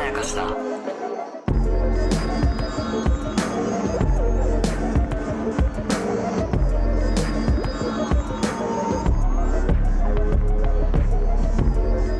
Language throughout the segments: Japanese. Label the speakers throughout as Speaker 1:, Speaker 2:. Speaker 1: やかしだ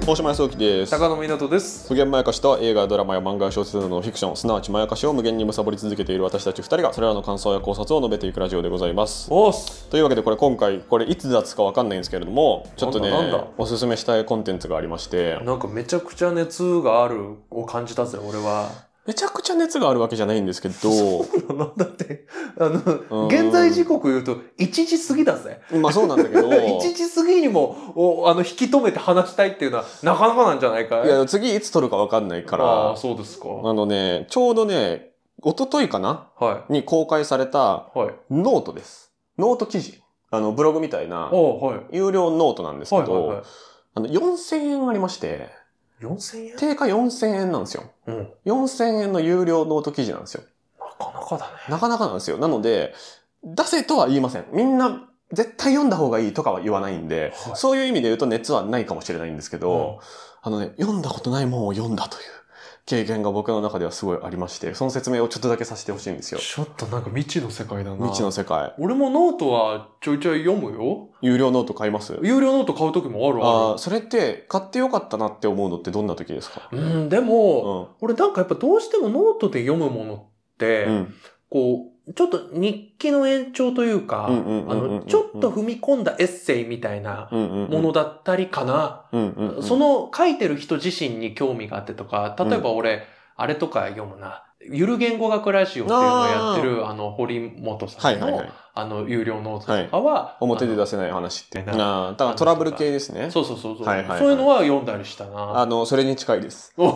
Speaker 2: 大島康之です
Speaker 3: 高野湊です。
Speaker 2: 無限まやかしとは映画やドラマや漫画や小説などのフィクションすなわちまやかしを無限に貪り続けている私たち2人がそれらの感想や考察を述べていくラジオでございます
Speaker 3: おーす。
Speaker 2: というわけでこれ今回これいつ立つかわかんないんですけれどもちょっとね
Speaker 3: なんだなんだ
Speaker 2: おすすめしたいコンテンツがありまして
Speaker 3: なんかめちゃくちゃ熱があるを感じたぜ、俺は。
Speaker 2: めちゃくちゃ熱があるわけじゃないんですけど
Speaker 3: なんだって、あ
Speaker 2: ん
Speaker 3: の、現在時刻言うと1時過ぎだぜ。
Speaker 2: まあそうなんだけ ど
Speaker 3: 1時過ぎにもおあの引き止めて話したいっていうのはなかなかなんじゃないかい
Speaker 2: いや次いつ撮るかわかんないか
Speaker 3: ああ、
Speaker 2: ら
Speaker 3: そうですか。は。
Speaker 2: あのねちょうどね一昨日かないに公開された
Speaker 3: はい。
Speaker 2: ノートですノート記事あのブログみたいな
Speaker 3: ああ、はい。
Speaker 2: 有料ノートなんですけ
Speaker 3: はい
Speaker 2: ど、
Speaker 3: はいはい。
Speaker 2: あの、4000円ありまして、
Speaker 3: 4000円
Speaker 2: 定価4000円なんですよ。
Speaker 3: うん。
Speaker 2: 4000円の有料ノート記事なんですよ。
Speaker 3: なかなかだね。
Speaker 2: なかなかなんですよ。なので、出せとは言いません。みんな、絶対読んだ方がいいとかは言わないんで、
Speaker 3: はい
Speaker 2: そういう意味で言うと熱はないかもしれないんですけど、あのね、読んだことないもんを読んだという経験が僕の中ではすごいありまして、その説明をちょっとだけさせてほしいんですよ。
Speaker 3: ちょっとなんか未知の世界だな。
Speaker 2: 未知の世界。
Speaker 3: 俺もノートはちょいちょい読むよ。
Speaker 2: 有料ノート買います
Speaker 3: 有料ノート買う時もある
Speaker 2: あ
Speaker 3: あ
Speaker 2: あ、それって買ってよかったなって思うのってどんな時ですか
Speaker 3: る。うん、でも、
Speaker 2: うん。
Speaker 3: 俺なんかやっぱどうしてもノートで読むものって、
Speaker 2: うん。
Speaker 3: こう、ちょっと日記の延長というか、あ
Speaker 2: うんうんうんうんうん
Speaker 3: の、ちょっと踏み込んだエッセイみたいな
Speaker 2: うんうんうん。
Speaker 3: ものだったりかな。
Speaker 2: うんうんうん。
Speaker 3: その書いてる人自身に興味があってとか、例えば俺、あれとか読むな。ゆる言語学ラジオっていうのをやってる、あの、堀本
Speaker 2: は
Speaker 3: さ
Speaker 2: い
Speaker 3: ん
Speaker 2: はいは
Speaker 3: の
Speaker 2: い、。
Speaker 3: あの、有料ノートとかは、
Speaker 2: 表で
Speaker 3: あ
Speaker 2: 出せない話って。
Speaker 3: あの
Speaker 2: ああ、だからトラブル系ですね
Speaker 3: の。そうそうそうそう、
Speaker 2: はいはいはい
Speaker 3: そういうのは読んだりしたな。
Speaker 2: あの、それに近いです。
Speaker 3: お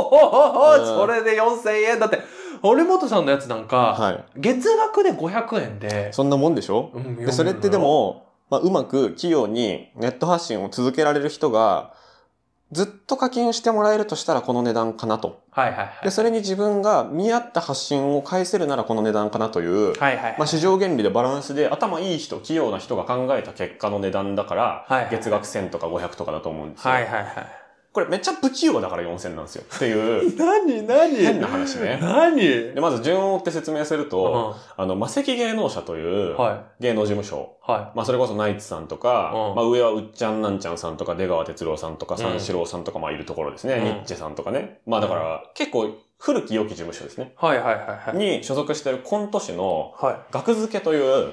Speaker 3: お
Speaker 2: うん
Speaker 3: それで4000円だって、堀本さんのやつなんか、
Speaker 2: は
Speaker 3: 月額で500円で
Speaker 2: い。、そんなもんでしょ
Speaker 3: うん
Speaker 2: でそれってで、
Speaker 3: 読むのよ
Speaker 2: も、まあ、うまく企業にネット発信を続けられる人が、ずっと課金してもらえるとしたらこの値段かなと。
Speaker 3: はいはいはい。
Speaker 2: で、それに自分が見合った発信を返せるならこの値段かなという、
Speaker 3: はいはいはい。
Speaker 2: まあ、市場原理でバランスで頭いい人、器用な人が考えた結果の値段だから、
Speaker 3: はいはい
Speaker 2: 月額1000とか500とかだと思うんですよ。
Speaker 3: はいはいはい。
Speaker 2: これめっちゃ不器用だから4000なんですよ。っていう、
Speaker 3: 何何
Speaker 2: 変な話ね。
Speaker 3: 何
Speaker 2: でまず順を追って説明する
Speaker 3: う
Speaker 2: と、
Speaker 3: ん
Speaker 2: あの、魔石芸能社という
Speaker 3: は
Speaker 2: 芸能事務所、
Speaker 3: い。は
Speaker 2: まあそれこそナイツさんとか、
Speaker 3: うん
Speaker 2: まあ上はうっちゃんなんちゃんさんとか出川哲朗さんとか
Speaker 3: うん
Speaker 2: 三四郎さんとかまあいるところですね、
Speaker 3: うん
Speaker 2: ニッチェさんとかね。まあだから結構古き良き事務所ですね。
Speaker 3: い。はいはいはいはい。
Speaker 2: に所属してるコント師の
Speaker 3: はい。
Speaker 2: 学付けという、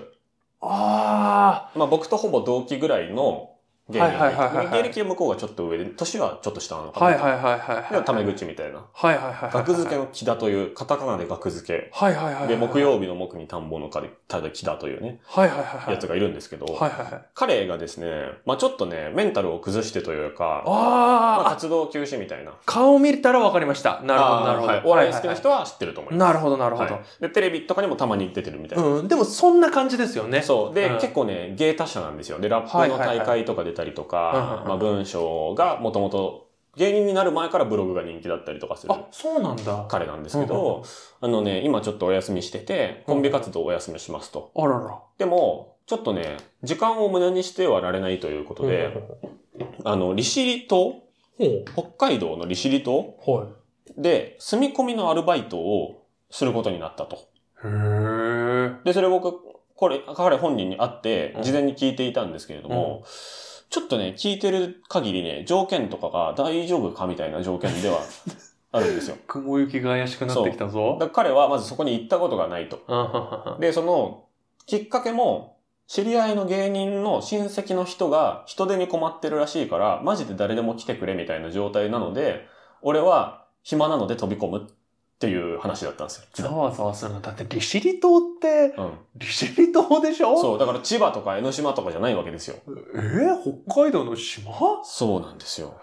Speaker 3: あ
Speaker 2: まあ僕とほぼ同期ぐらいの芸
Speaker 3: はいはいはいはい
Speaker 2: 人
Speaker 3: は
Speaker 2: で。
Speaker 3: い
Speaker 2: 芸歴は向こうがちょっと上で、年はちょっと下なの
Speaker 3: あ。
Speaker 2: かな。
Speaker 3: はいはいはいはい。
Speaker 2: でタメ。口みたいな。
Speaker 3: はいはいはい。
Speaker 2: 学付け。の木田という、カタカナで学付け。
Speaker 3: はいはいはい。
Speaker 2: で、木。曜日の木に田んぼの彼、ただ木田というね、
Speaker 3: はいはいはい。
Speaker 2: やつがいるんですけど、
Speaker 3: はいはいはい。
Speaker 2: 彼がですね、まあちょっとね、メンタルを崩してというか、まあ、
Speaker 3: ああ。
Speaker 2: 活動休止みたいな。
Speaker 3: 顔見たらわかりました。なるほどなるほ
Speaker 2: はい
Speaker 3: ど。
Speaker 2: お笑い好きな人は知ってると思います。
Speaker 3: なるほどなるほ
Speaker 2: は
Speaker 3: ど
Speaker 2: い。で、テレビとかにもたまに出てるみたいな。
Speaker 3: うん。でもそんな感じですよね。
Speaker 2: そう。で、
Speaker 3: うん
Speaker 2: 結構ね、芸達者なんですよ。で、ラップの大会とか出たりとか、
Speaker 3: いはいはい
Speaker 2: まあ文章がもともと芸人になる前からブログが人気だったりとかする
Speaker 3: あ、そうなんだ。
Speaker 2: 彼なんですけど、あのね、今ちょっとお休みしてて、コンビ活動をお休みしますと。
Speaker 3: あらら。
Speaker 2: でも、ちょっとね、時間を無駄にしてはられないということで、あの、利尻島、
Speaker 3: うん
Speaker 2: 北海道の利尻島
Speaker 3: ほう。はい。
Speaker 2: で、住み込みのアルバイトをすることになったと。
Speaker 3: へえ。
Speaker 2: で、それ僕、これ、彼本人に会って
Speaker 3: う、ん
Speaker 2: 事前に聞いていたんですけれども、ちょっとね、聞いてる限りね、条件とかが大丈夫かみたいな条件ではあるんですよ。
Speaker 3: 雲行きが怪しくなってきたぞ。
Speaker 2: だから彼はまずそこに行ったことがないと。
Speaker 3: うんうんうんうん
Speaker 2: で、その、きっかけも、知り合いの芸人の親戚の人が人手に困ってるらしいから、マジで誰でも来てくれみたいな状態なので、俺は暇なので飛び込むっていう話だったんですよ。
Speaker 3: ざわざわするの。だって、利尻島って、
Speaker 2: うん。
Speaker 3: 利尻島でしょ
Speaker 2: そう、だから千葉とか江ノ島とかじゃないわけですよ。
Speaker 3: えー北海道の島
Speaker 2: そうなんですよ。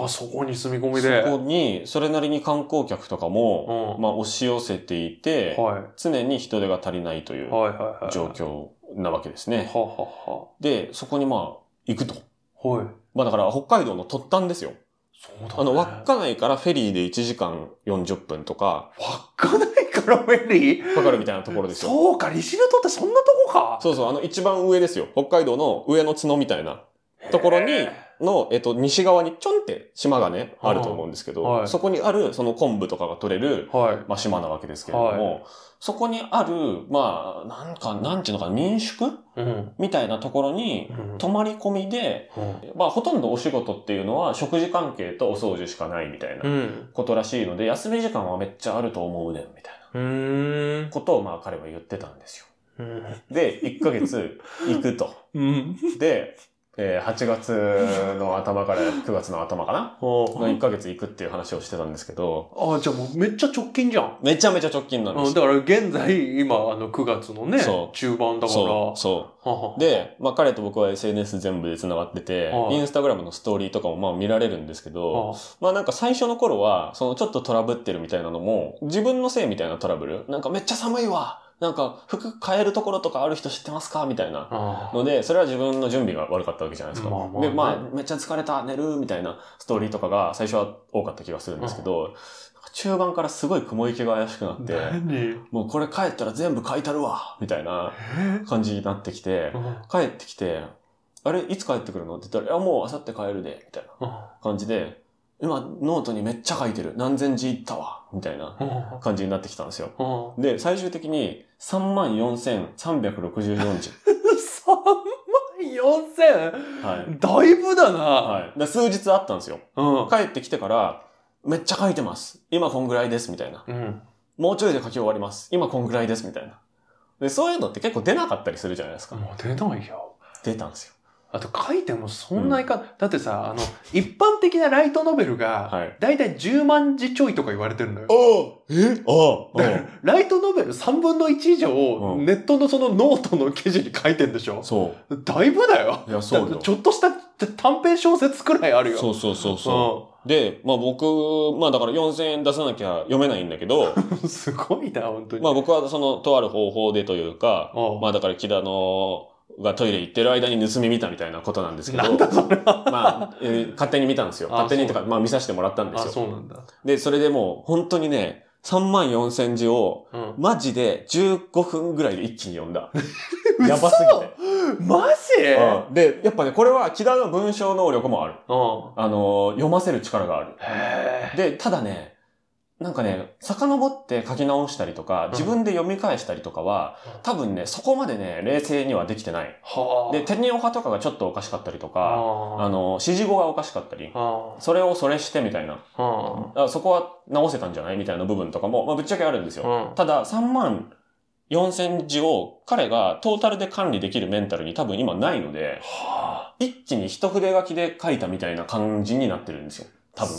Speaker 3: ああ、そこに住み込み
Speaker 2: そ
Speaker 3: で。
Speaker 2: こに、それなりに観光客とかも、
Speaker 3: うん
Speaker 2: まあ押し寄せていて、
Speaker 3: はい。
Speaker 2: 常に人手が足りないという
Speaker 3: はいはいはい。
Speaker 2: 状
Speaker 3: は
Speaker 2: 況なわけですね。
Speaker 3: あは
Speaker 2: で、そこにまあ行くと。
Speaker 3: あはあ。はい。
Speaker 2: まあだから北海道の突端ですよ。
Speaker 3: そうだ、ね。
Speaker 2: あの、稚内からフェリーで1時間40分とか、
Speaker 3: 稚内からフェリー
Speaker 2: かかるみたいなところですよ。
Speaker 3: そうか、利尻島ってそんなとこか。
Speaker 2: そうそう、あの一番上ですよ。北海道の上の角みたいなところに、の、えっと、西側にちょんって島がね、あると思うんですけど、
Speaker 3: はいはい
Speaker 2: そこにある、その昆布とかが取れる、
Speaker 3: はい。
Speaker 2: まあ、島なわけですけれども、そこにある、まあ、なんか、なんていうのかな、民宿
Speaker 3: うん。
Speaker 2: みたいなところに、
Speaker 3: うん
Speaker 2: 泊まり込みで、まあ、ほとんどお仕事っていうのは、食事関係とお掃除しかないみたいな
Speaker 3: うん。
Speaker 2: ことらしいので、休み時間はめっちゃあると思うねん、みたいな
Speaker 3: うーん。
Speaker 2: ことを、まあ、彼は言ってたんですよ。
Speaker 3: うん。
Speaker 2: で、1ヶ月行くと。
Speaker 3: うん。
Speaker 2: で、えー8月の頭から9月の頭かなの1ヶ月行くっていう話をしてたんですけど、
Speaker 3: ああ、じゃあもうめっちゃ直近じゃん。
Speaker 2: めちゃめちゃ直近なんで
Speaker 3: うん、
Speaker 2: す
Speaker 3: だから現在、今、あの、9月のね
Speaker 2: そ、う
Speaker 3: 中盤だから。
Speaker 2: そう、そ
Speaker 3: はは
Speaker 2: う。で、まあ彼と僕は SNS 全部で繋がってて
Speaker 3: は、い
Speaker 2: インスタグラムのストーリーとかもまあ見られるんですけど、
Speaker 3: は
Speaker 2: まあなんか最初の頃は、そのちょっとトラブってるみたいなのも、自分のせいみたいなトラブル、なんかめっちゃ寒いわ、なんか服買えるところとかある人知ってますかみたいな
Speaker 3: あ
Speaker 2: ので、それは自分の準備が悪かったわけじゃないですか。
Speaker 3: まあまあ
Speaker 2: で、ま
Speaker 3: ね
Speaker 2: あ、めっちゃ疲れた、寝る、みたいなストーリーとかが最初は多かった気がするんですけど、なんか中盤からすごい雲行きが怪しくな って、
Speaker 3: 何
Speaker 2: もうこれ帰ったら全部書いたるわ、みたいな
Speaker 3: え
Speaker 2: 感じになってきて
Speaker 3: う、ん
Speaker 2: 帰ってきて、あれ、いつ帰ってくるのって言ったら、いや、もう明後日帰るで、みたいな感じで、今、ノートにめっちゃ書いてる。何千字いったわ、みたいな
Speaker 3: うん
Speaker 2: 感じになってきたんですよ。
Speaker 3: うん
Speaker 2: で、最終的に34,364字。
Speaker 3: 3万4千
Speaker 2: はい。
Speaker 3: だいぶだな。
Speaker 2: はい。で数日あったんですよ。
Speaker 3: うん。
Speaker 2: 帰ってきてから、めっちゃ書いてます。今こんぐらいです、みたいな。
Speaker 3: うん。
Speaker 2: もうちょいで書き終わります。今こんぐらいです、みたいな。で、そういうのって結構出なかったりするじゃないですか。
Speaker 3: もう出ないよ。
Speaker 2: 出たんですよ。
Speaker 3: あと書いてもそんないか、だってさ、あの、一般的なライトノベルが、
Speaker 2: はい。
Speaker 3: だいたい10万字ちょいとか言われてるのよ。
Speaker 2: おえお
Speaker 3: だからライトノベル3分の1以上、
Speaker 2: うん
Speaker 3: ネットのそのノートの記事に書いてんでしょ
Speaker 2: そ
Speaker 3: だいぶだよ。
Speaker 2: う。いや、そう
Speaker 3: だ
Speaker 2: よ
Speaker 3: ってち。ょっとした短編小説くらいあるよ。
Speaker 2: そうそうそうそう。で、まあ僕、まあだから4000円出さなきゃ読めないんだけ ど、
Speaker 3: うん すごいな、本当に。
Speaker 2: まあ僕はその、とある方法でというか、
Speaker 3: おう
Speaker 2: まあだから木田の、がトイレ行ってる間に盗み見たみたいなことなんですけど。
Speaker 3: なんだそれは。
Speaker 2: まあ、えー勝手に見たんですよ。
Speaker 3: あ
Speaker 2: 勝手にとか、まあ見させてもらったんで
Speaker 3: あ、
Speaker 2: すよ。
Speaker 3: そうなんだ。
Speaker 2: で、それでもう本当にね、3万4千字を、
Speaker 3: うん。
Speaker 2: マジで15分ぐらいで一気に読んだ。やばすぎて。
Speaker 3: マジ
Speaker 2: うんで、やっぱね、これは木田の文章能力もある。
Speaker 3: うん。
Speaker 2: あのー、読ませる力がある。
Speaker 3: へえ。
Speaker 2: で、ただね、なんかね、遡って書き直したりとか
Speaker 3: ん、
Speaker 2: 自分で読み返したりとかは
Speaker 3: う、ん
Speaker 2: 多分ね、そこまでね、冷静にはできてない。
Speaker 3: はあ。
Speaker 2: で、テニオ派とかがちょっとおかしかったりとか、あ
Speaker 3: あ
Speaker 2: のー、指示語がおかしかったり
Speaker 3: あ。、あ
Speaker 2: それをそれしてみたいな。
Speaker 3: あ。あ
Speaker 2: あそこは直せたんじゃないみたいな部分とかも、まあ、ぶっちゃけあるんですよ。
Speaker 3: あ。
Speaker 2: ただ、3万4千字を彼がトータルで管理できるメンタルに多分今ないので、
Speaker 3: はあ。
Speaker 2: 一気に一筆書きで書いたみたいな感じになってるんですよ。多分。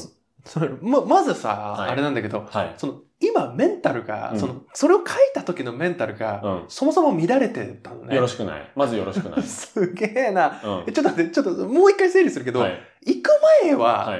Speaker 3: それ、ま、まずさ、
Speaker 2: はい
Speaker 3: あれなんだけど、
Speaker 2: はい。
Speaker 3: その、今メンタルが、
Speaker 2: うん
Speaker 3: その、それを書いた時のメンタルが、
Speaker 2: うん
Speaker 3: そもそも乱れてたのね。。
Speaker 2: よろしくない。まずよろしくない
Speaker 3: すげえな。
Speaker 2: うん。は
Speaker 3: えちょっと待って、ちょっともう一回整理するけ
Speaker 2: い。
Speaker 3: ど、
Speaker 2: はい。
Speaker 3: 行く前は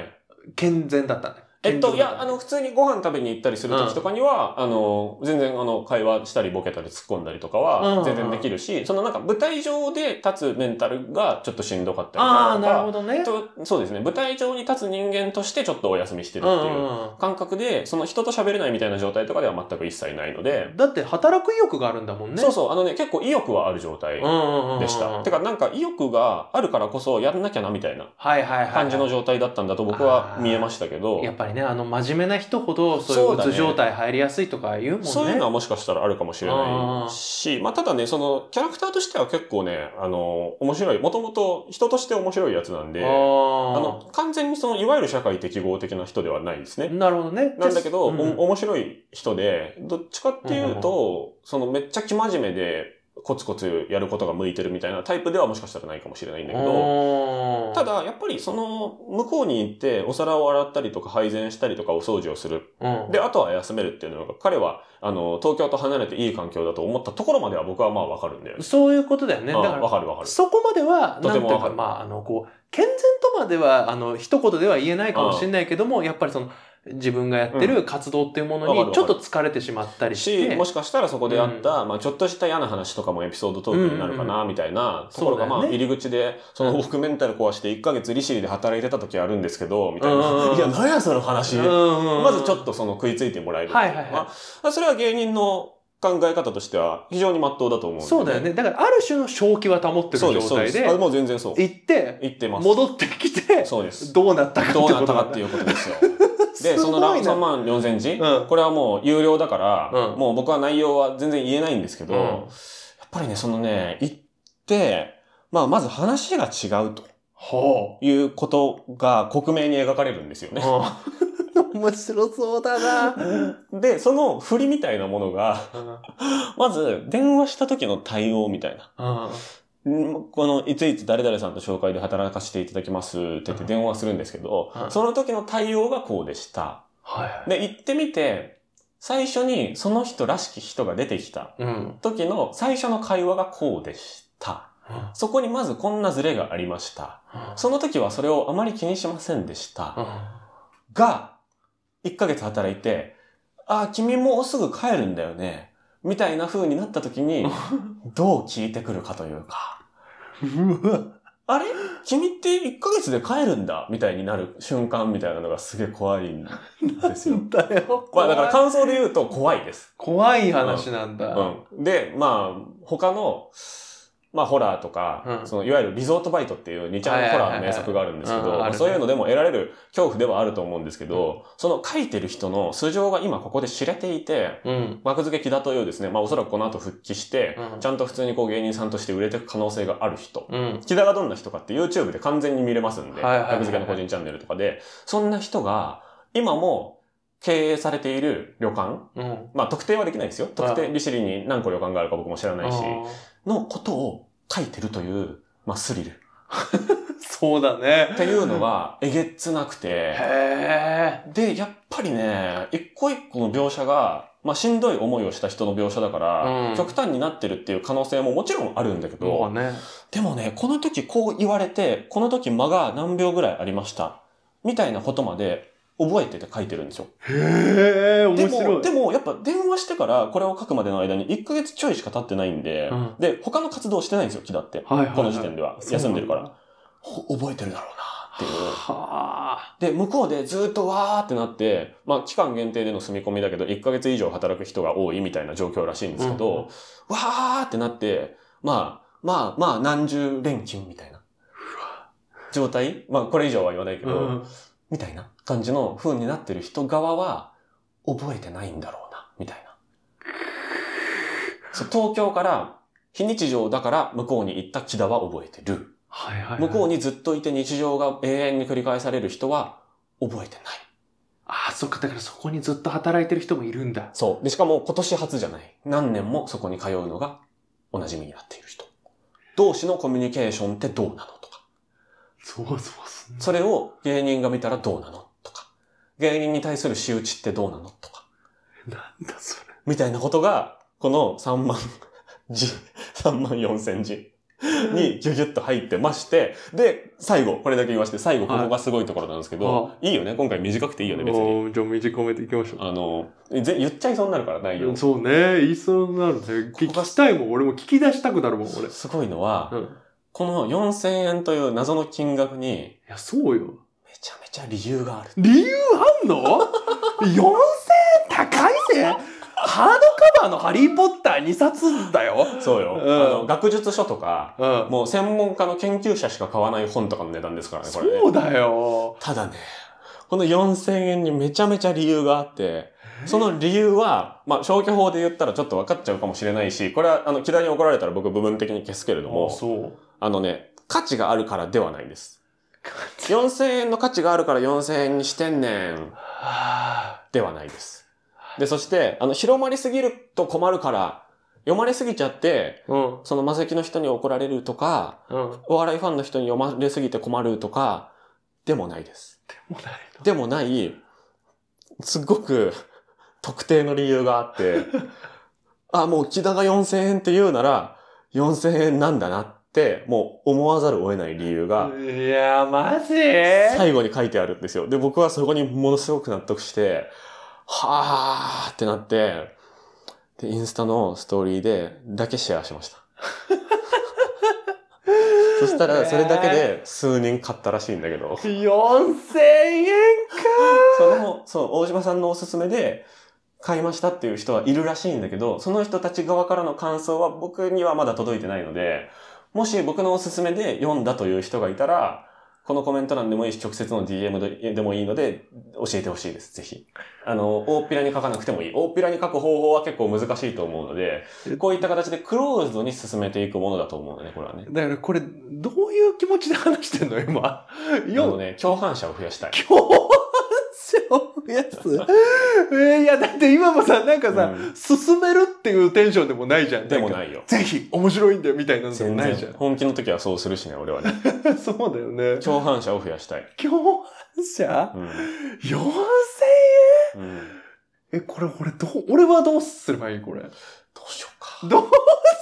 Speaker 3: 健全だったね。
Speaker 2: えっと、い
Speaker 3: 健全だ
Speaker 2: や、
Speaker 3: た
Speaker 2: あの、普通にご飯食べに行ったりする時とかには、あの、全然、あの、会話したり、ボケたり、突っ込んだりとか
Speaker 3: うんうんう
Speaker 2: は、
Speaker 3: ん
Speaker 2: 全然できるし、そのなんか、舞台上で立つメンタルがちょっとしんどかったりと
Speaker 3: あ
Speaker 2: か
Speaker 3: あ、、なるほどね。
Speaker 2: とそうですね、舞台上に立つ人間としてちょっとお休みしてる
Speaker 3: う
Speaker 2: っ
Speaker 3: ん
Speaker 2: て
Speaker 3: う
Speaker 2: いうん
Speaker 3: う
Speaker 2: 感覚で、その人と喋れないみたいな状態とかでは全く一切ないので、
Speaker 3: んだって働く意欲があるんだもんね。
Speaker 2: そうそう、あのね、結構意欲はある状態
Speaker 3: うんうんうんうん
Speaker 2: でした。てか、なんか意欲があるからこそやんなきゃなみたいな
Speaker 3: はいはいはい。
Speaker 2: 感じの状態だったんだと僕は見えましたけど、
Speaker 3: やっぱりね、あの、真面目な人ほど、そういうう
Speaker 2: そうだ
Speaker 3: つ
Speaker 2: ね
Speaker 3: 状態入りやすいとか言うもんね。
Speaker 2: そういうのはもしかしたらあるかもしれないし、まあ、ただね、その、キャラクターとしては結構ね、あの、面白い、もともと人として面白いやつなんで、あ
Speaker 3: あ
Speaker 2: の、完全にその、いわゆる社会適合的な人ではないですね
Speaker 3: あ。。なるほどね。
Speaker 2: なんだけど、
Speaker 3: うん
Speaker 2: お面白い人で、どっちかっていうと、そのめっちゃ生真面目で、コツコツやることが向いてるみたいなタイプではもしかしたらないかもしれないんだけど、
Speaker 3: ど
Speaker 2: た、だ、やっぱりその、向こうに行って、お皿を洗ったりとか、配膳したりとか、お掃除をする。
Speaker 3: うん
Speaker 2: で、あとは休めるっていうのが、彼は、あの、東京と離れていい環境だと思ったところまでは僕はまあわかるんだよね。
Speaker 3: そういうことだよね。
Speaker 2: あ
Speaker 3: だか
Speaker 2: わ
Speaker 3: ら、
Speaker 2: かるわかる。
Speaker 3: そこまでは、
Speaker 2: と
Speaker 3: な
Speaker 2: て
Speaker 3: ん
Speaker 2: も
Speaker 3: ていう
Speaker 2: わか
Speaker 3: か、
Speaker 2: る
Speaker 3: まあ、あの、こう、健全とまでは、あの、一言では言えないかもしれないけども、やっぱりその、自分がやってる活動っていうもの
Speaker 2: わかる
Speaker 3: に、
Speaker 2: わ
Speaker 3: ち
Speaker 2: か
Speaker 3: ょ
Speaker 2: る
Speaker 3: っと疲れてしまったりして。
Speaker 2: し、もしかしたらそこであった、まあちょっとした嫌な話とかもエピソードトークになるか
Speaker 3: うん
Speaker 2: な、みたいなところが、
Speaker 3: そうだ
Speaker 2: ま
Speaker 3: よ
Speaker 2: あ
Speaker 3: ね
Speaker 2: 入り口で、その僕メンタル壊して1ヶ月利尻で働いてた時あるんですけど、みたい
Speaker 3: うんうんう
Speaker 2: な。
Speaker 3: ん
Speaker 2: いや、なんやその話。
Speaker 3: うんうんうん
Speaker 2: まずちょっとその食いついてもらえるっていうのは。
Speaker 3: はいはい
Speaker 2: それは芸人の考え方としては非常に真っ当だと思うんで
Speaker 3: そうだよ。ね。だから、ある種の正気は保ってる
Speaker 2: そうで
Speaker 3: 状
Speaker 2: す、そうで
Speaker 3: 態
Speaker 2: す。
Speaker 3: で
Speaker 2: あ、、もう全然そう。
Speaker 3: 行って、
Speaker 2: 言ってます。
Speaker 3: 戻ってきて、
Speaker 2: そうです。
Speaker 3: どうなったかって
Speaker 2: ど
Speaker 3: こ
Speaker 2: うな
Speaker 3: と
Speaker 2: った
Speaker 3: な
Speaker 2: か
Speaker 3: ん
Speaker 2: って
Speaker 3: だ
Speaker 2: いうことですよ。
Speaker 3: す
Speaker 2: で、その
Speaker 3: ごい
Speaker 2: 3
Speaker 3: な。
Speaker 2: 万4000字、
Speaker 3: うん
Speaker 2: これはもう有料だから、
Speaker 3: うん
Speaker 2: もう僕は内容は全然言えないんですけど、
Speaker 3: うん
Speaker 2: やっぱりね、そのね、行って、まあ、まず話が違うと
Speaker 3: ほ
Speaker 2: いうことが克明に描かれるんですよ
Speaker 3: う。
Speaker 2: ね。
Speaker 3: うん面白そうだな。
Speaker 2: で、その振りみたいなものが、
Speaker 3: うん
Speaker 2: まず、電話した時の対応みたいな。
Speaker 3: うん
Speaker 2: んこの、いついつ誰々さんと紹介で働かせていただきますって言って電話するんですけど、
Speaker 3: うん
Speaker 2: その時の対応がこうでした。
Speaker 3: はい。
Speaker 2: で、行ってみて、最初にその人らしき人が出てきた
Speaker 3: うん。
Speaker 2: 時の最初の会話がこうでした。そこにまずこんなズレがありました。その時はそれをあまり気にしませんでした。が、1ヶ月働いて、ああ、君もうすぐ帰るんだよね。みたいな風になった時に、どう聞いてくるかというか、
Speaker 3: うんうわ。
Speaker 2: あれ君って1ヶ月で帰るんだみたいになる瞬間みたいなのがすげえ怖いんです よ。
Speaker 3: だよ。
Speaker 2: まあだから
Speaker 3: 怖い
Speaker 2: 感想で言うと怖いです。
Speaker 3: 怖い話なんだ。
Speaker 2: うん。で、まあ、他の、まあ、ホラーとか、
Speaker 3: うん
Speaker 2: その、いわゆるリゾートバイトっていう2ちゃんのホラーの名作があるんですけ
Speaker 3: はいはい
Speaker 2: ど、
Speaker 3: はいはいうんあ
Speaker 2: ま
Speaker 3: る
Speaker 2: あ
Speaker 3: ね
Speaker 2: そういうのでも得られる恐怖ではあると思うんですけど、その書いてる人の素性が今ここで知れていて、
Speaker 3: うん。
Speaker 2: 枠付け木田というですね、まあおそらくこの後復帰して、
Speaker 3: うん
Speaker 2: ちゃんと普通にこう芸人さんとして売れていく可能性がある人。
Speaker 3: うん。
Speaker 2: 木田がどんな人かって YouTube で完全に見れますんで、
Speaker 3: はいはいはいはい
Speaker 2: 格付けの個人チャンネルとかで、そんな人が今も経営されている旅館、
Speaker 3: うん。
Speaker 2: まあ特定はできないですよ。特
Speaker 3: は
Speaker 2: 定、
Speaker 3: い
Speaker 2: 利尻に何個旅館があるか僕も知らないし、のことを書いてるという、まあスリル。
Speaker 3: そうだね。
Speaker 2: っていうのがえげつなくて、
Speaker 3: へえ。
Speaker 2: で、やっぱりね、一個一個の描写が、まあしんどい思いをした人の描写だから、
Speaker 3: うん
Speaker 2: 極端になってるっていう可能性ももちろんあるんだけど、
Speaker 3: もうね。
Speaker 2: でもね、この時こう言われて、この時間が何秒ぐらいありました、みたいなことまで覚えてて書いてるんですよ。
Speaker 3: へえ、
Speaker 2: で
Speaker 3: 面白
Speaker 2: も、
Speaker 3: い。
Speaker 2: でもやっぱ電話してからこれを書くまでの間に1ヶ月ちょいしか経ってないんで、
Speaker 3: うん
Speaker 2: で、他の活動してないんですよ、木だって。
Speaker 3: はいはいはい
Speaker 2: この時点では。休んでるか
Speaker 3: そう
Speaker 2: ら。ほ覚えてるだろうなっていう。
Speaker 3: はあ。
Speaker 2: で、向こうでずっとわーってなって、まあ期間限定での住み込みだけど、1ヶ月以上働く人が多いみたいな状況らしいんですけど、
Speaker 3: うん
Speaker 2: わーってなって、まあ、まあまあ何十連休みたいな状態まあこれ以上は言わないけど、
Speaker 3: うん
Speaker 2: みたいな感じの風になってる人側は、覚えてないんだろうな、みたいな。そう東京から、非日常だから向こうに行った木田は覚えてる。
Speaker 3: はいはいはい。
Speaker 2: 向こうにずっといて日常が永遠に繰り返される人は覚えてない。
Speaker 3: ああ、そっか。だからそこにずっと働いてる人もいるんだ。
Speaker 2: そう。で、しかも今年初じゃない。何年もそこに通うのがお馴染みになっている人。同士のコミュニケーションってどうなのとか。
Speaker 3: そうそうそう。
Speaker 2: それを芸人が見たらどうなのとか。芸人に対する仕打ちってどうなのとか。
Speaker 3: なんだそれ。
Speaker 2: みたいなことが、この3万 字、3万4千字にギュギュッと入ってまして、で、最後、これだけ言わして、最後ここがすごいところなんですけど、い、いよね、今回短くていいよね、別に。
Speaker 3: おーじゃあ短めていきましょう。
Speaker 2: あの、ぜ言っちゃいそうになるから、内容。
Speaker 3: そうね。言いそうになるね。
Speaker 2: ここが
Speaker 3: 聞きたいもん。俺も聞き出したくなるもん、俺。
Speaker 2: すごいのは、
Speaker 3: うん。い
Speaker 2: この4000円という謎の金額に、
Speaker 3: や、そう
Speaker 2: め
Speaker 3: よ。
Speaker 2: ちゃめちゃ理由がある。
Speaker 3: 理由あんの ?4000 円高いぜハードカバーのハリーポッター2冊だよ。
Speaker 2: そうよ。
Speaker 3: うん
Speaker 2: あの、学術書とか、
Speaker 3: うん。
Speaker 2: もう専門家の研究者しか買わない本とかの値段ですからね、これね。
Speaker 3: そうだよ。
Speaker 2: ただね、この4000円にめちゃめちゃ理由があって、その理由は、まあ、消去法で言ったらちょっと分かっちゃうかもしれないし、これは、あの、嫌いに怒られたら僕部分的に消すけれども、
Speaker 3: そう。
Speaker 2: あのね、価値があるからではないです。4000円の価値があるから4000円にしてんねん、
Speaker 3: は
Speaker 2: ではないです。で、そして、あの、広まりすぎると困るから、読まれすぎちゃって、
Speaker 3: ぁ。うん。
Speaker 2: その魔石の人に怒られるとか、
Speaker 3: うん。
Speaker 2: お笑いファンの人に読まれすぎて困るとか、でもないです。
Speaker 3: もうない
Speaker 2: でもない、すっごく 特定の理由があ って、あ、もう木田が4000円って言うなら、4000円なんだなって、もう思わざるを得ない理由が、
Speaker 3: いやー、マジ
Speaker 2: 最後に書いてあるんですよ。で、僕はそこにものすごく納得して、はーってなって、で、インスタのストーリーで、だけシェアしました。そしたら、それだけで数人買ったらしいんだけど。
Speaker 3: 4000円か
Speaker 2: その、そう、大島さんのおすすめで、買いましたっていう人はいるらしいんだけど、その人たち側からの感想は僕にはまだ届いてないので、もし僕のおすすめで読んだという人がいたら、このコメント欄でもいいし、直接の DM ででもいいので、教えてほしいです、ぜひ。あの、大っぴらに書かなくてもいい。大っぴらに書く方法は結構難しいと思うので、こういった形でクローズドに進めていくものだと思うのね、これはね。
Speaker 3: だからこれ、どういう気持ちで話してんの今。
Speaker 2: あ
Speaker 3: よ
Speaker 2: の、ね、共犯者を増や したい。
Speaker 3: 強者を増やす。えーいや、だって今もさ、なんかさ、
Speaker 2: うん
Speaker 3: 進めるっていうテンションでもないじゃん。
Speaker 2: でも
Speaker 3: んか
Speaker 2: ないよ。
Speaker 3: ぜひ、面白いんだよ、みたいなのでも
Speaker 2: 全
Speaker 3: ないじゃ
Speaker 2: 然。本気の時はそうするしね、俺はね。
Speaker 3: ん。 そうだよね。
Speaker 2: 共犯者を増やしたい。
Speaker 3: 共犯者
Speaker 2: うん。
Speaker 3: ?4000 円
Speaker 2: うん。ど
Speaker 3: え、これ俺どう、俺はどうすればいいこれ。どう
Speaker 2: うしようか。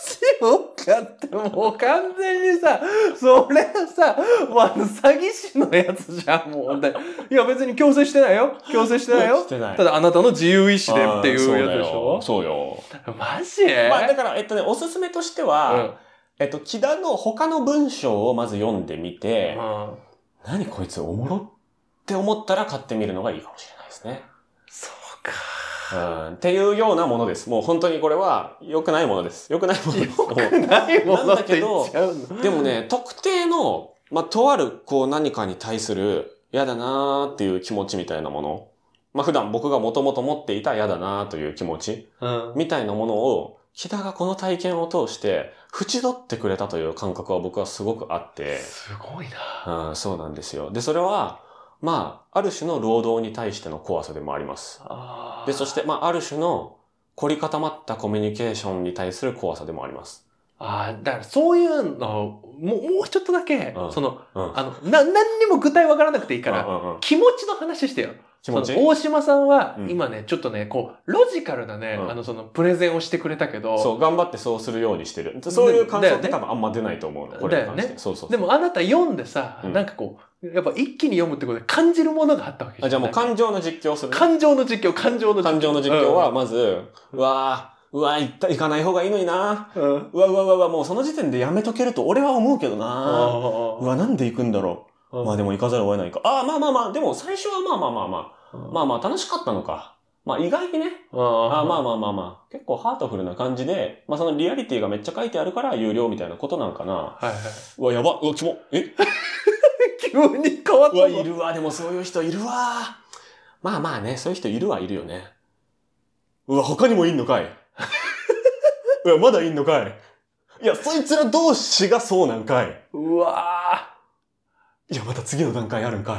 Speaker 3: しようかって、もう完全にさ、それさ、もうあの詐欺師のやつじゃん、もう。でいや、別に強制してないよ。強制してないよ
Speaker 2: し。てない
Speaker 3: た。だあなたの自由意志でっていうやつでし
Speaker 2: あ
Speaker 3: ょ
Speaker 2: ーそうだよそうよ。
Speaker 3: マジ
Speaker 2: まあだから、えっとね、おすすめとしては、えっと、木田の他の文章をまず読んでみて、
Speaker 3: うんうん
Speaker 2: 何こいつおもろって思ったら買ってみるのがいいかもしれないですね。
Speaker 3: そうか。
Speaker 2: うん。っていうようなものです。もう本当にこれは良くないものです。良くないもの です。
Speaker 3: ないものって言
Speaker 2: なんだ
Speaker 3: っ
Speaker 2: け
Speaker 3: ちゃうの。
Speaker 2: でもね、特定の、まあ、とある、こう、何かに対する、嫌だなーっていう気持ちみたいなもの。まあ、普段僕がもともと持っていた嫌だなーという気持ち
Speaker 3: うん。
Speaker 2: みたいなものを、木田がこの体験を通して、縁取ってくれたという感覚は僕はすごくあって、
Speaker 3: すごいな。
Speaker 2: うん、そうなんですよ。で、それは、まあ、ある種の労働に対しての怖さでもあります。
Speaker 3: あー
Speaker 2: で、そして、、まあ、ある種の凝り固まったコミュニケーションに対する怖さでもあります。
Speaker 3: ああ、だからそういうの、もう、もうちょっとだけ、
Speaker 2: うん
Speaker 3: その、
Speaker 2: うん。
Speaker 3: あの、な、何にも具体わからなくていいから、
Speaker 2: うんうんうん
Speaker 3: 気持ちの話してよ。
Speaker 2: 気持ち
Speaker 3: その大島さんは、
Speaker 2: うん
Speaker 3: 今ね、ちょっとね、こう、ロジカルなね、
Speaker 2: うん
Speaker 3: あの、その、プレゼンをしてくれたけど、
Speaker 2: そう、頑張ってそうするようにしてる。そういう感想って多分あんま出ないと思うの。これに関し
Speaker 3: だ
Speaker 2: て
Speaker 3: よね
Speaker 2: そうそうそう。
Speaker 3: でもあなた読んでさ、
Speaker 2: うん
Speaker 3: なんかこう、やっぱ一気に読むってことで感じるものがあったわけ
Speaker 2: あ、じゃあもう
Speaker 3: 感
Speaker 2: 感情の実況する。
Speaker 3: 感情の実況、感情の実況。
Speaker 2: 感情の実況は、まず、うわぁ、うわぁ、行った行かない方がいいのにな
Speaker 3: うん、うん。
Speaker 2: うわうわうわうわ、もうその時点でやめとけると俺は思うけどなう
Speaker 3: あ
Speaker 2: わ、なんで行くんだろ
Speaker 3: あ
Speaker 2: う。まあでも行かざるを得ないか。ああ、まあまあまあ、でも最初はまあまあまあまあ、まあまあ楽しかったのか。まあ意外にね、
Speaker 3: あ
Speaker 2: あーまあ
Speaker 3: あ。
Speaker 2: まあまあまあ、結構ハートフルな感じで、まあそのリアリティがめっちゃ書いてあるから有料みたいなことなんかな。
Speaker 3: はい はい。
Speaker 2: うわ、やば、うわ、キモ、え
Speaker 3: 急に変わっ
Speaker 2: う
Speaker 3: たぞ
Speaker 2: わ、いるわ。でもそういう人いるわ。まあまあね、そういう人いるはいるよね。うわ、他にもいんのか い。うわ、まだいんのかい。いや、そいつら同士がそうなんかい。
Speaker 3: うわ
Speaker 2: いや、また次の段階あるんかい。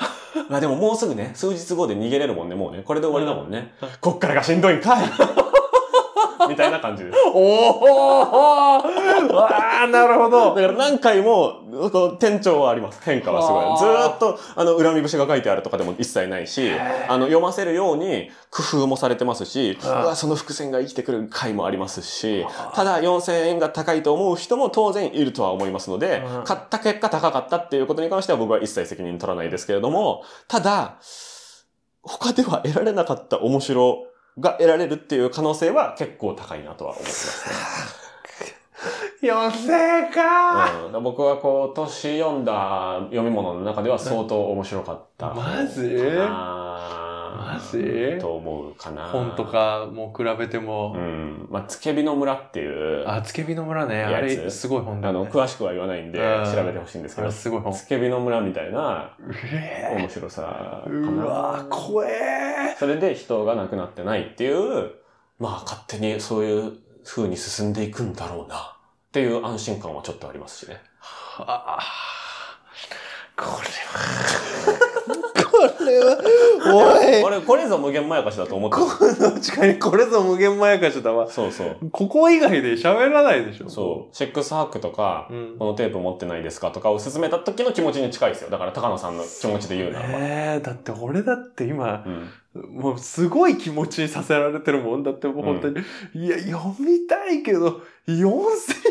Speaker 2: まあでももうすぐね、数日後で逃げれるもんね、もうね。これで終わりだもんね
Speaker 3: うん。
Speaker 2: こっからがしんどいんかい。 みたいな感じです。
Speaker 3: ーおーわあなるほ
Speaker 2: だ
Speaker 3: ど
Speaker 2: から何回も、こう、店長はあります。変化はすご
Speaker 3: あー
Speaker 2: い。ずーっと、あの、恨み節が書いてあるとかでも一切ないし
Speaker 3: へー、
Speaker 2: あの、読ませるように工夫もされてますし、
Speaker 3: あ
Speaker 2: う
Speaker 3: ー
Speaker 2: わその伏線が生きてくる回もありますし
Speaker 3: あー、
Speaker 2: ただ4000円が高いと思う人も当然いるとは思いますので
Speaker 3: うん、
Speaker 2: 買った結果高かったっていうことに関しては僕は一切責任取らないですけれども、ただ、他では得られなかった面白が得られるっていう可能性は結構高いなとは思います。
Speaker 3: 四千か
Speaker 2: うん、僕はこう、年読んだ読み物の中では相当面白かった。
Speaker 3: マジ
Speaker 2: マ
Speaker 3: マジ
Speaker 2: と思うかな。
Speaker 3: 本と。かもう比べて
Speaker 2: う
Speaker 3: も、
Speaker 2: ん。まあ、つけびの村っていう、あ
Speaker 3: あつけびの村ねあ
Speaker 2: や
Speaker 3: れ
Speaker 2: つ
Speaker 3: すごい本だよ
Speaker 2: の、
Speaker 3: ね
Speaker 2: 詳しくは言わないんで、
Speaker 3: うん
Speaker 2: 調べてほしいんですけ
Speaker 3: あ
Speaker 2: ど
Speaker 3: れ、すごい本
Speaker 2: つけびの村みたいな
Speaker 3: え
Speaker 2: 面白さか
Speaker 3: えう
Speaker 2: な
Speaker 3: わー。怖え
Speaker 2: それで人が亡くなってないっていう、まあ、勝手にそういう風に進んでいくんだろうな。っていう安心感はちょっとありますしね。
Speaker 3: あーこれはこれはおい
Speaker 2: 俺、これぞ無限まやかしだと思って
Speaker 3: この近にこれぞ無限まやかしだわ
Speaker 2: た。そうそう。
Speaker 3: ここ以外で喋らないでしょ
Speaker 2: そう、シックスハックとか、
Speaker 3: うん
Speaker 2: このテープ持ってないですかとかを勧めた時の気持ちに近いですよ。だから高野さんの気持ちで言うならば。
Speaker 3: ええだって俺だって今、
Speaker 2: うん、
Speaker 3: もうすごい気持ちにさせられてるもんだってもう本当に、いや、読みたいけど、4000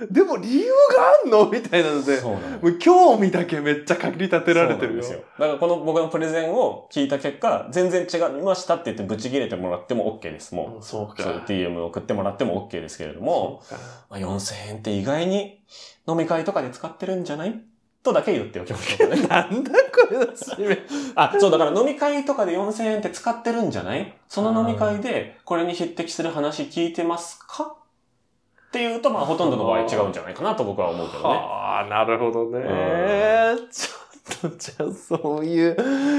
Speaker 3: 円、でも理由があんのみたいなので、
Speaker 2: そうなの
Speaker 3: もう興味だけめっちゃかき立てられてるよ。
Speaker 2: そうなんですよ。だからこの僕のプレゼンを聞いた結果、全然違いましたって言ってブチ切れてもらっても OK です。も
Speaker 3: うんそう
Speaker 2: う、そう
Speaker 3: か。
Speaker 2: DM 送ってもらっても OK ですけれども、
Speaker 3: そうか
Speaker 2: まあ、4000円って意外に飲み会とかで使ってるんじゃないっとだけ言っておきましょうかね。
Speaker 3: なんだこれの締め。
Speaker 2: あ、 そう、だから飲み会とかで4000円って使ってるんじゃないその飲み会で、これに匹敵する話聞いてますかっていうと、まあ、ほとんどの場合違うんじゃないかなと僕は思うけどね。
Speaker 3: ああ、なるほどね。ちょっと、じゃあそういう。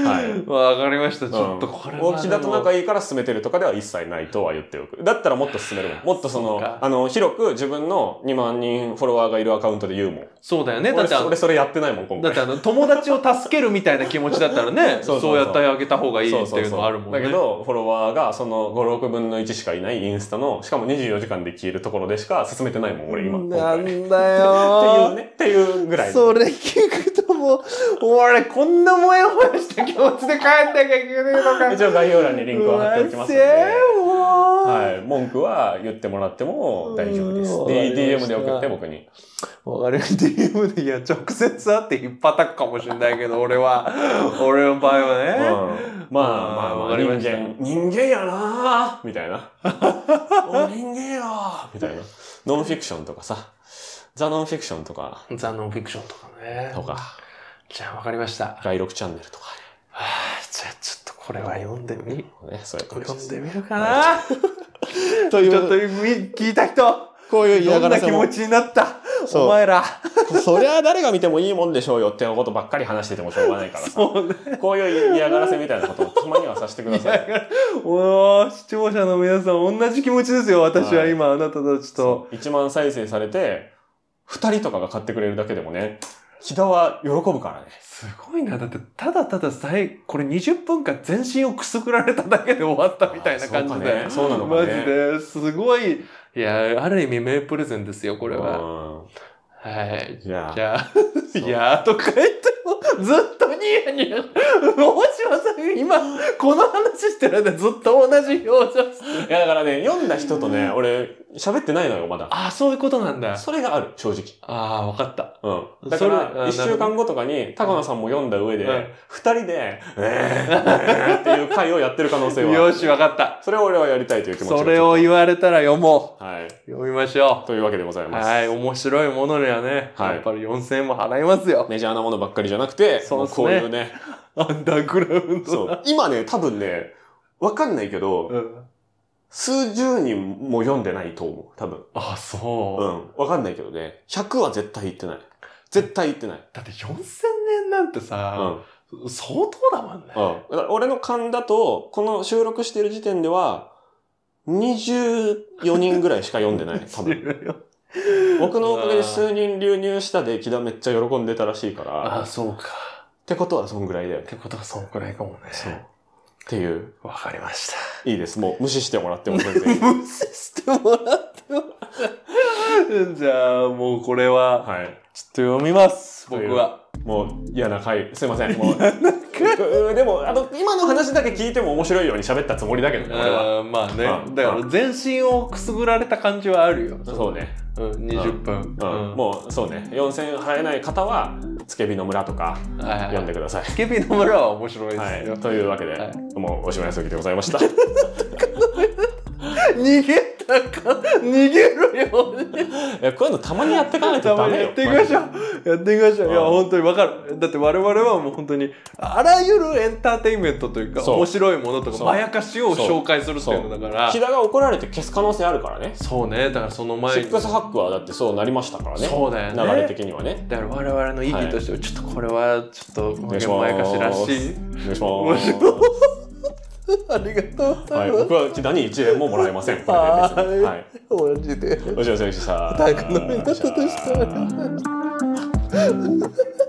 Speaker 2: はい
Speaker 3: わかりました。
Speaker 2: ん
Speaker 3: ちょっとこれは。
Speaker 2: 大きだと仲いいから進めてるとかでは一切ないとは言っておく。だったらもっと進めるもん。もっとそ
Speaker 3: そう
Speaker 2: の、
Speaker 3: か
Speaker 2: あの、広く自分の2万人フォロワーがいるアカウントで言うもん。
Speaker 3: そうだよね。だって
Speaker 2: 俺
Speaker 3: あの
Speaker 2: 俺、それやってないもん、今
Speaker 3: だ
Speaker 2: 回
Speaker 3: っ。てあの、友達を助けるみたいな気持ちだったらね、
Speaker 2: そ
Speaker 3: そう
Speaker 2: そうそう
Speaker 3: うやってあげた方がいいっていうのはあるもんね。
Speaker 2: だけど、フォロワーがその5、6分の1しかいないインスタの、しかも24時間で消えるところでしか進めてないもん、俺今。今
Speaker 3: な
Speaker 2: 回
Speaker 3: んだ
Speaker 2: っていう
Speaker 3: よ
Speaker 2: ね、っていうぐらい。
Speaker 3: それ聞くともう、俺こんなモヤモヤした気持ちで帰んなきゃいけないの か。
Speaker 2: 一応概要欄にリンクを貼っておきますの
Speaker 3: うわせ
Speaker 2: で。
Speaker 3: ーもう
Speaker 2: はい。文句は言ってもらっても大丈夫です。
Speaker 3: うん
Speaker 2: D- DM で
Speaker 3: わかりました
Speaker 2: 送って、僕に。
Speaker 3: わかりました。DM で、いや、直接会って引っ叩くかもしれないけど、俺は、 俺の場合
Speaker 2: うん
Speaker 3: はね。
Speaker 2: まあまあ
Speaker 3: わ
Speaker 2: ま
Speaker 3: か
Speaker 2: あ、
Speaker 3: り
Speaker 2: 人
Speaker 3: ました
Speaker 2: 間。人間やなぁみたい な。お人間よーみたいな。ノンフィクションとかさ。ザ・ノンフィクションとか、
Speaker 3: ザ・ノンフィクションとかね
Speaker 2: とか、
Speaker 3: じゃあ、わかりました。は
Speaker 2: 外録チャンネルとか
Speaker 3: あ、じゃあ、ちょっとこれは読んでみ、
Speaker 2: ね。そういう感じ
Speaker 3: 読
Speaker 2: で
Speaker 3: ん
Speaker 2: す。
Speaker 3: でみるかな。
Speaker 1: と
Speaker 3: ち
Speaker 1: い
Speaker 3: ょっと
Speaker 1: う、
Speaker 3: み聞いた人、
Speaker 1: こういう嫌
Speaker 3: ど
Speaker 1: が
Speaker 3: ん
Speaker 1: ら
Speaker 3: な
Speaker 1: せ
Speaker 3: 気
Speaker 1: も
Speaker 3: 持。ちになった
Speaker 1: そう
Speaker 3: お前ら。
Speaker 2: そりゃ誰が見てもいいもんでしょうよっていうことばっかり話しててもしょうがないからさ。こういう嫌がらせみたいなことをたまにはさせてください。
Speaker 3: おー視聴者の皆さん、同じ気持ちですよ。私は今、あなたたちと。
Speaker 2: そう1万再生されて、2人とかが買ってくれるだけでもね、木田は喜ぶからね。
Speaker 3: すごいな。だって、ただたださえ、これ20分間全身をくすぐられただけで終わったみたいな感じで。
Speaker 2: あーそうかねそうなのか
Speaker 3: マジ
Speaker 2: ね
Speaker 3: で、すごい。いや、ある意味名プレゼンですよ、こ
Speaker 2: こ
Speaker 3: れは。はい。
Speaker 2: じゃ
Speaker 3: じゃあ、
Speaker 2: う
Speaker 3: いやーとか言っても、ずっとニヤニヤ。大島さん、今、この話してる間ずっと同じ表情して
Speaker 2: あ。いや、だからね、読んだ人とね、俺、喋ってないのよ、まだ。
Speaker 3: ああ、そういうことなんだ。
Speaker 2: それがある、正直。
Speaker 3: ああ、わかった。
Speaker 2: うん。だか
Speaker 3: それあ
Speaker 2: ら、1
Speaker 3: なる
Speaker 2: 週
Speaker 3: ほど
Speaker 2: 間後とかに、高野さんも読んだ上で
Speaker 3: うん、
Speaker 2: 2人で、えーえーっていう回をやってる可能性はあ
Speaker 3: よ
Speaker 2: る。
Speaker 3: し、わかった。
Speaker 2: それを俺はやりたいという気持ちが
Speaker 3: それを言われたら読も
Speaker 2: はい。
Speaker 3: う。読みましょ。
Speaker 2: というわけでございうます。
Speaker 3: はい、面白いものにはね、
Speaker 2: はい
Speaker 3: やっぱり4000円も払いますよ。
Speaker 2: メジャーなものばっかりじゃなくて、
Speaker 3: そうっすね
Speaker 2: もこういうね、
Speaker 3: アンダーグラウンド
Speaker 2: そう
Speaker 3: な。。
Speaker 2: 今ね、多分ね、わかんないけど、
Speaker 3: うん
Speaker 2: 数十人も読んでないと思う、多分。
Speaker 3: あ、そう
Speaker 2: う。ん。わかんないけどね。100は絶対言ってない。絶対言ってない。
Speaker 3: だって4000円なんて
Speaker 2: う
Speaker 3: さ、
Speaker 2: ん。うん。
Speaker 3: 相当だもんね。
Speaker 2: だから俺の勘だと、この収録してる時点では、24人ぐらいしか読んで ない、多分。僕のおかげで数人流入したで、木田めっちゃ喜んでたらしいから。
Speaker 3: あ
Speaker 2: っ
Speaker 3: あ、そうか。
Speaker 2: てことはそんぐらいだよ
Speaker 3: っ
Speaker 2: ね。
Speaker 3: てことはそんくらいかもね。
Speaker 2: そう。っていう。
Speaker 3: わかりました。
Speaker 2: いいです。もう無視してもらっても全 然いい。
Speaker 3: 無視してもらっても。じゃあ、もうこれは、
Speaker 2: はい。
Speaker 3: ちょっと読みます、僕は。
Speaker 2: もう嫌な回すいませんもううんでもあの今の話だけ聞いても面白いように喋ったつもりだけどね俺は
Speaker 3: あーまあね
Speaker 2: うん
Speaker 3: だから全身をくすぐられた感じはあるよ、
Speaker 2: そうね、
Speaker 3: うん、20分、
Speaker 2: うんもうそうね4000円払えない方は「つけびの村」とか
Speaker 3: うん、はいはい
Speaker 2: 読んでください、
Speaker 3: スケビの村は面白いです
Speaker 2: はい
Speaker 3: よ、
Speaker 2: というわけで、
Speaker 3: はい
Speaker 2: もうおしまいの時でございました
Speaker 3: 逃げたか逃げるように
Speaker 2: いやこういうのたまにやっていかないとダメよ
Speaker 3: やっていきましょ
Speaker 2: マジ
Speaker 3: うやっていきましょう、
Speaker 2: うん
Speaker 3: いや本当にわかるだって我々はもう本当にあらゆるエンターテインメントというか
Speaker 2: そう
Speaker 3: 面白いものと
Speaker 2: そ
Speaker 3: か
Speaker 2: う
Speaker 3: まやかしを
Speaker 2: そう
Speaker 3: 紹介するっていうのだから
Speaker 2: で木田が怒られて消す可能性あるからね
Speaker 3: そうねだからその
Speaker 2: シ
Speaker 3: 前に
Speaker 2: ックスハックはだってそうなりましたからね
Speaker 3: そうだよね
Speaker 2: 流れ的にはね
Speaker 3: だから我々の意義としてはちょっとこれはちょっと
Speaker 2: お
Speaker 3: ま
Speaker 2: 願いし
Speaker 3: やかしら
Speaker 2: ます
Speaker 3: しい
Speaker 2: お願いし
Speaker 3: 面
Speaker 2: ます
Speaker 3: ありがとうござ
Speaker 2: はいい、
Speaker 3: ます
Speaker 2: 僕。は木田に1円ももらえません。これで別に
Speaker 3: は
Speaker 2: はいい。
Speaker 3: マジで。
Speaker 2: お疲れ様でした。
Speaker 3: 大学のメンタルでした。